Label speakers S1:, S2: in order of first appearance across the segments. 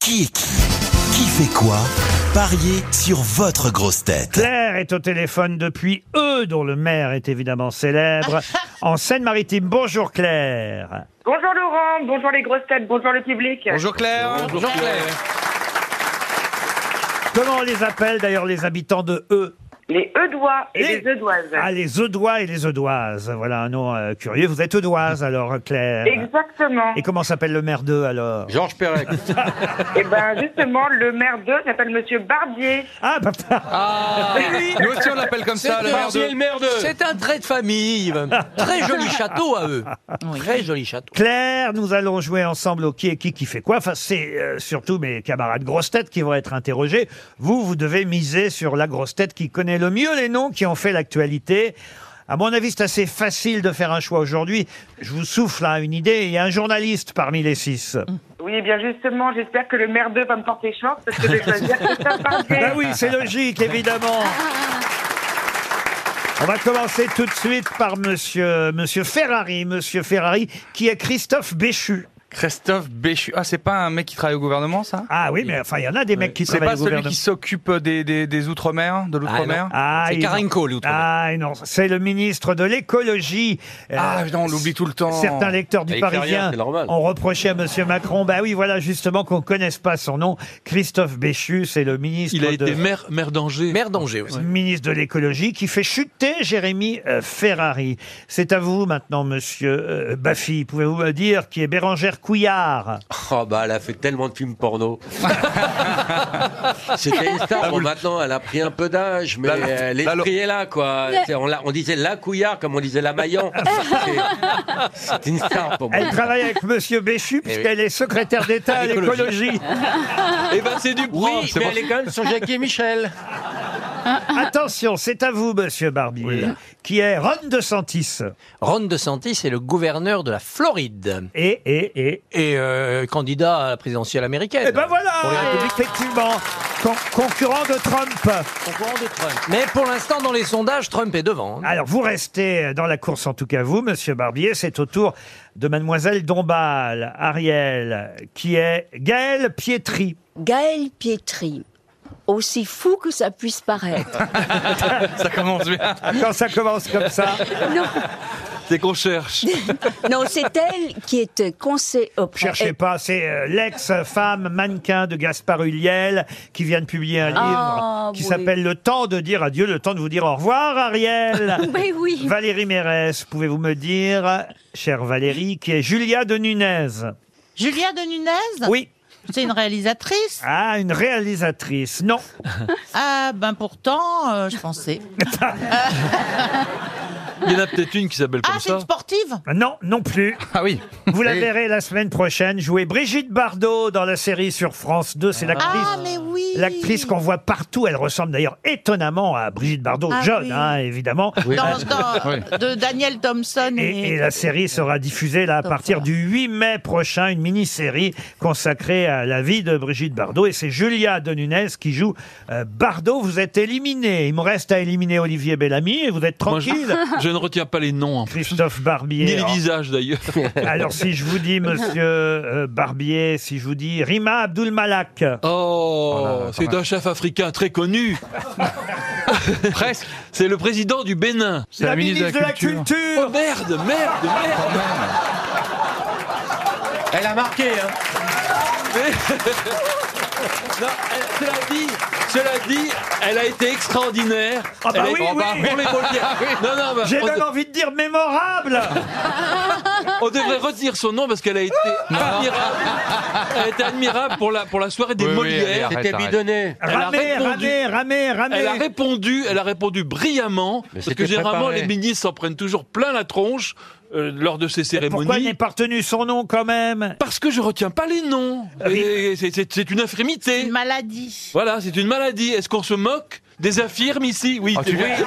S1: Qui est qui Qui fait quoi Pariez sur votre grosse tête.
S2: Claire est au téléphone depuis eux, dont le maire est évidemment célèbre, en Seine-Maritime. Bonjour Claire.
S3: Bonjour Laurent, bonjour les grosses têtes, bonjour le public.
S4: Bonjour Claire. Bonjour, Claire.
S2: Comment on les appelle d'ailleurs les habitants de eux
S3: Les Eudois et
S2: Les-
S3: les Eudoises.
S2: Ah, les Eudois et les Eudoises. Voilà un nom euh, curieux. Vous êtes Eudoise alors, Claire.
S3: Exactement.
S2: ah. Et comment s'appelle le maire d'eux alors
S4: Georges Perec.
S3: Et ben justement, le maire 2 s'appelle Monsieur Barbier.
S2: Ah, bah,
S4: Ah, nous aussi on l'appelle comme ça, le maire de...
S5: C'est un trait de famille. Très joli château à eux. Très joli château.
S2: Claire, nous allons jouer ensemble au qui est qui qui fait quoi. Enfin, c'est euh, surtout mes camarades grosses têtes qui vont être interrogés. Vous, vous devez miser sur la grosse tête qui connaît le mieux les noms qui ont fait l'actualité. À mon avis, c'est assez facile de faire un choix aujourd'hui. Je vous souffle hein, une idée. Il y a un journaliste parmi les six.
S3: Oui, et bien justement, j'espère que le maire 2 va me porter chance parce que je vais choisir Christophe Barbier.
S2: Ben oui, c'est logique, évidemment. On va commencer tout de suite par monsieur, monsieur Ferrari. Monsieur Ferrari, qui est Christophe Béchu.
S4: Christophe Béchu. Ah, c'est pas un mec qui travaille au gouvernement, ça
S2: Ah oui, mais enfin, il y en a des mecs qui
S4: C'est
S2: travaillent
S4: pas
S2: au
S4: celui
S2: gouvernement.
S4: qui s'occupe des, des, des Outre-mer, de
S5: Bah,
S4: L'Outre-mer
S2: Ah,
S5: C'est
S2: il-
S5: Karine Cole, outre-mer.
S2: Ah non, c'est le ministre de l'écologie. Euh,
S4: Ah, non, on l'oublie tout le temps.
S2: Certains lecteurs du
S6: Il écrit rien,
S2: Parisien
S6: c'est normal.
S2: ont reproché à Monsieur Macron, bah oui, voilà justement qu'on connaisse pas son nom. Christophe Béchu, c'est le ministre
S6: Il a
S2: de...
S6: été maire, maire d'Angers.
S5: Mère d'Angers aussi.
S2: ministre de l'écologie qui fait chuter Jérémy euh, Ferrari. C'est à vous maintenant, monsieur euh, Baffy. Pouvez-vous me dire qui est Bérangère Couillard
S6: Oh bah elle a fait tellement de films porno. C'était une star. Bon, maintenant elle a pris un peu d'âge, mais
S4: La-
S6: euh, l'esprit est là quoi. C'est- On, la- on disait la couillard comme on disait la maillan. C'est- C'est une star pour moi.
S2: Elle travaille avec monsieur Béchu
S6: Eh
S2: puisqu'elle est secrétaire d'État à l'écologie.
S4: Eh ben, c'est du
S6: Oui, mais elle est quand même sur Jackie et Michel.
S2: Attention, c'est à vous, monsieur Barbier, qui est Ron DeSantis.
S5: Ron DeSantis est le gouverneur de la Floride
S2: Et, et, et.
S5: et euh, candidat à la présidentielle américaine.
S2: Eh ben voilà
S5: Pour les républicains.
S2: Effectivement, con- concurrent de Trump.
S5: Concurrent de Trump. Mais pour l'instant, dans les sondages, Trump est devant. hein.
S2: Alors, vous restez dans la course, en tout cas vous, monsieur Barbier. C'est au tour de mademoiselle Dombal, Ariel, qui est Gaëlle Pietri.
S7: Gaël Pietri, aussi fou que ça puisse paraître.
S4: Ça commence bien.
S2: Ah, Quand ça commence comme ça,
S7: non,
S4: C'est qu'on cherche.
S7: non, c'est elle qui était conseil. oh,
S2: cherchez
S7: euh,
S2: pas, c'est euh, l'ex-femme mannequin de Gaspard Huliel qui vient de publier un livre
S7: Ah,
S2: qui
S7: oui.
S2: s'appelle Le temps de dire adieu, le temps de vous dire au revoir, Ariel.
S7: Mais oui.
S2: Valérie Mérès, pouvez-vous me dire, chère Valérie, qui est Julia de Nunez
S8: Julia de Nunez
S2: Oui.
S8: C'est une réalisatrice
S2: Ah, une réalisatrice. Non.
S8: Ah, ben pourtant, euh, je pensais.
S6: Il y en a peut-être une qui s'appelle
S8: Ah, c'est une sportive
S2: Non, non plus.
S4: Ah oui.
S2: Vous la verrez la semaine prochaine jouer Brigitte Bardot dans la série sur France 2. C'est l'actrice.
S8: Ah, mais oui
S2: L'actrice qu'on voit partout, elle ressemble d'ailleurs étonnamment à Brigitte Bardot,
S8: Ah
S2: jeune,
S8: oui.
S2: hein, évidemment.
S5: Ah,
S8: Dans- dans- De Daniel Thompson
S2: Et,
S8: et...
S2: et la série sera diffusée là à
S8: Comme
S2: partir
S8: ça.
S2: du 8 mai prochain, une mini-série consacrée à la vie de Brigitte Bardot. Et c'est Julia de Nunez qui joue euh, Bardot. Vous êtes éliminé. Il me reste à éliminer Olivier Bellamy et vous êtes
S6: Moi, je,
S2: tranquille.
S6: je ne retiens pas les noms, hein.
S2: Christophe Barbier.
S6: ni les
S2: Alors,
S6: visages d'ailleurs.
S2: Alors si je vous dis Monsieur euh, Barbier, si je vous dis Rima Abdul Malak,
S6: Oh, c'est un chef africain très connu. Presque. C'est le président du Bénin.
S4: C'est la, ministre de la, Culture.
S6: Oh merde, merde, merde. Elle a marqué, hein. non, elle- cela dit, cela dit, elle a été extraordinaire.
S2: Ah bah
S6: Elle a-
S2: oui,
S6: oh bah,
S2: Ah, oui.
S6: pour les Molières. Non, non, bah,
S2: j'ai
S6: on,
S2: même envie de dire mémorable.
S6: on devrait retenir son nom parce qu'elle a été admirable. Elle a été admirable pour la, pour la soirée des
S4: Oui, oui, allez,
S6: Molières.
S4: arrête, C'était arrête.
S6: bidonné. Elle a
S2: Ramé,
S6: répondu.
S2: ramé, ramé,
S6: Elle a
S2: ramé.
S6: répondu, elle a répondu brillamment, parce que
S4: c'était
S6: généralement
S4: préparé.
S6: les ministres s'en prennent toujours plein la tronche euh, lors de ces
S2: Pourquoi il
S6: cérémonies.
S2: n'est pas retenu son nom quand même
S6: Parce que je retiens pas les noms.
S2: Oui.
S6: Et c'est- C'est c'est une
S8: Ah Une
S6: infirmité.
S8: maladie.
S6: Voilà, c'est une maladie. Est-ce qu'on se moque des infirmes ici Oui.
S4: Ah, tu
S6: oui.
S4: viens-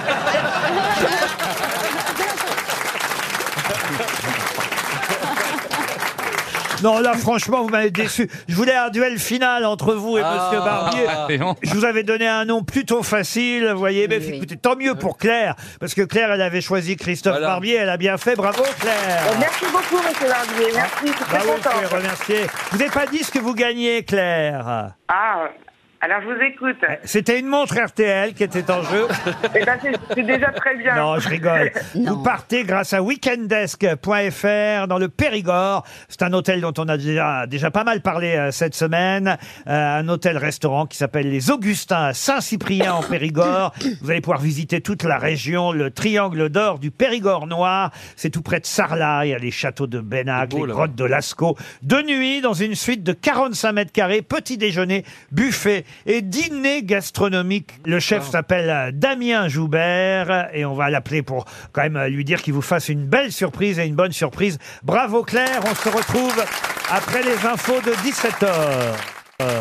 S2: Non, là, franchement, vous m'avez déçu. Je voulais un duel final entre vous et
S5: Ah.
S2: Monsieur Barbier. Je vous avais donné un nom plutôt facile, vous voyez. Mais
S7: Oui, oui.
S2: écoutez, tant mieux pour Claire, parce que Claire, elle avait choisi Christophe
S5: Voilà.
S2: Barbier. Elle a bien fait. Bravo, Claire.
S3: Euh, Merci beaucoup, monsieur Barbier. Merci, je suis très
S2: Bravo, je
S3: contente.
S2: voulais remercier. Vous n'avez pas dit ce que vous gagnez, Claire.
S3: Ah, alors je vous écoute.
S2: C'était une montre RTL qui était en jeu.
S3: Eh ben, c'est c'est déjà très bien.
S2: Non, je rigole.
S7: Non.
S2: Vous partez grâce à weekendesk.fr dans le Périgord. C'est un hôtel dont on a déjà, déjà pas mal parlé euh, cette semaine. Euh, un hôtel-restaurant qui s'appelle les Augustins à Saint-Cyprien en Périgord. Vous allez pouvoir visiter toute la région, le triangle d'or du Périgord noir. C'est tout près de Sarlat. Il y a les châteaux de Benac, les grottes de Lascaux. De nuit, dans une suite de 45 mètres carrés, petit déjeuner, buffet et dîner gastronomique. Le chef s'appelle euh, Damien Joubert et on va l'appeler pour quand même euh, lui dire qu'il vous fasse une belle surprise et une bonne surprise. Bravo Claire, on se retrouve après les infos de 17h.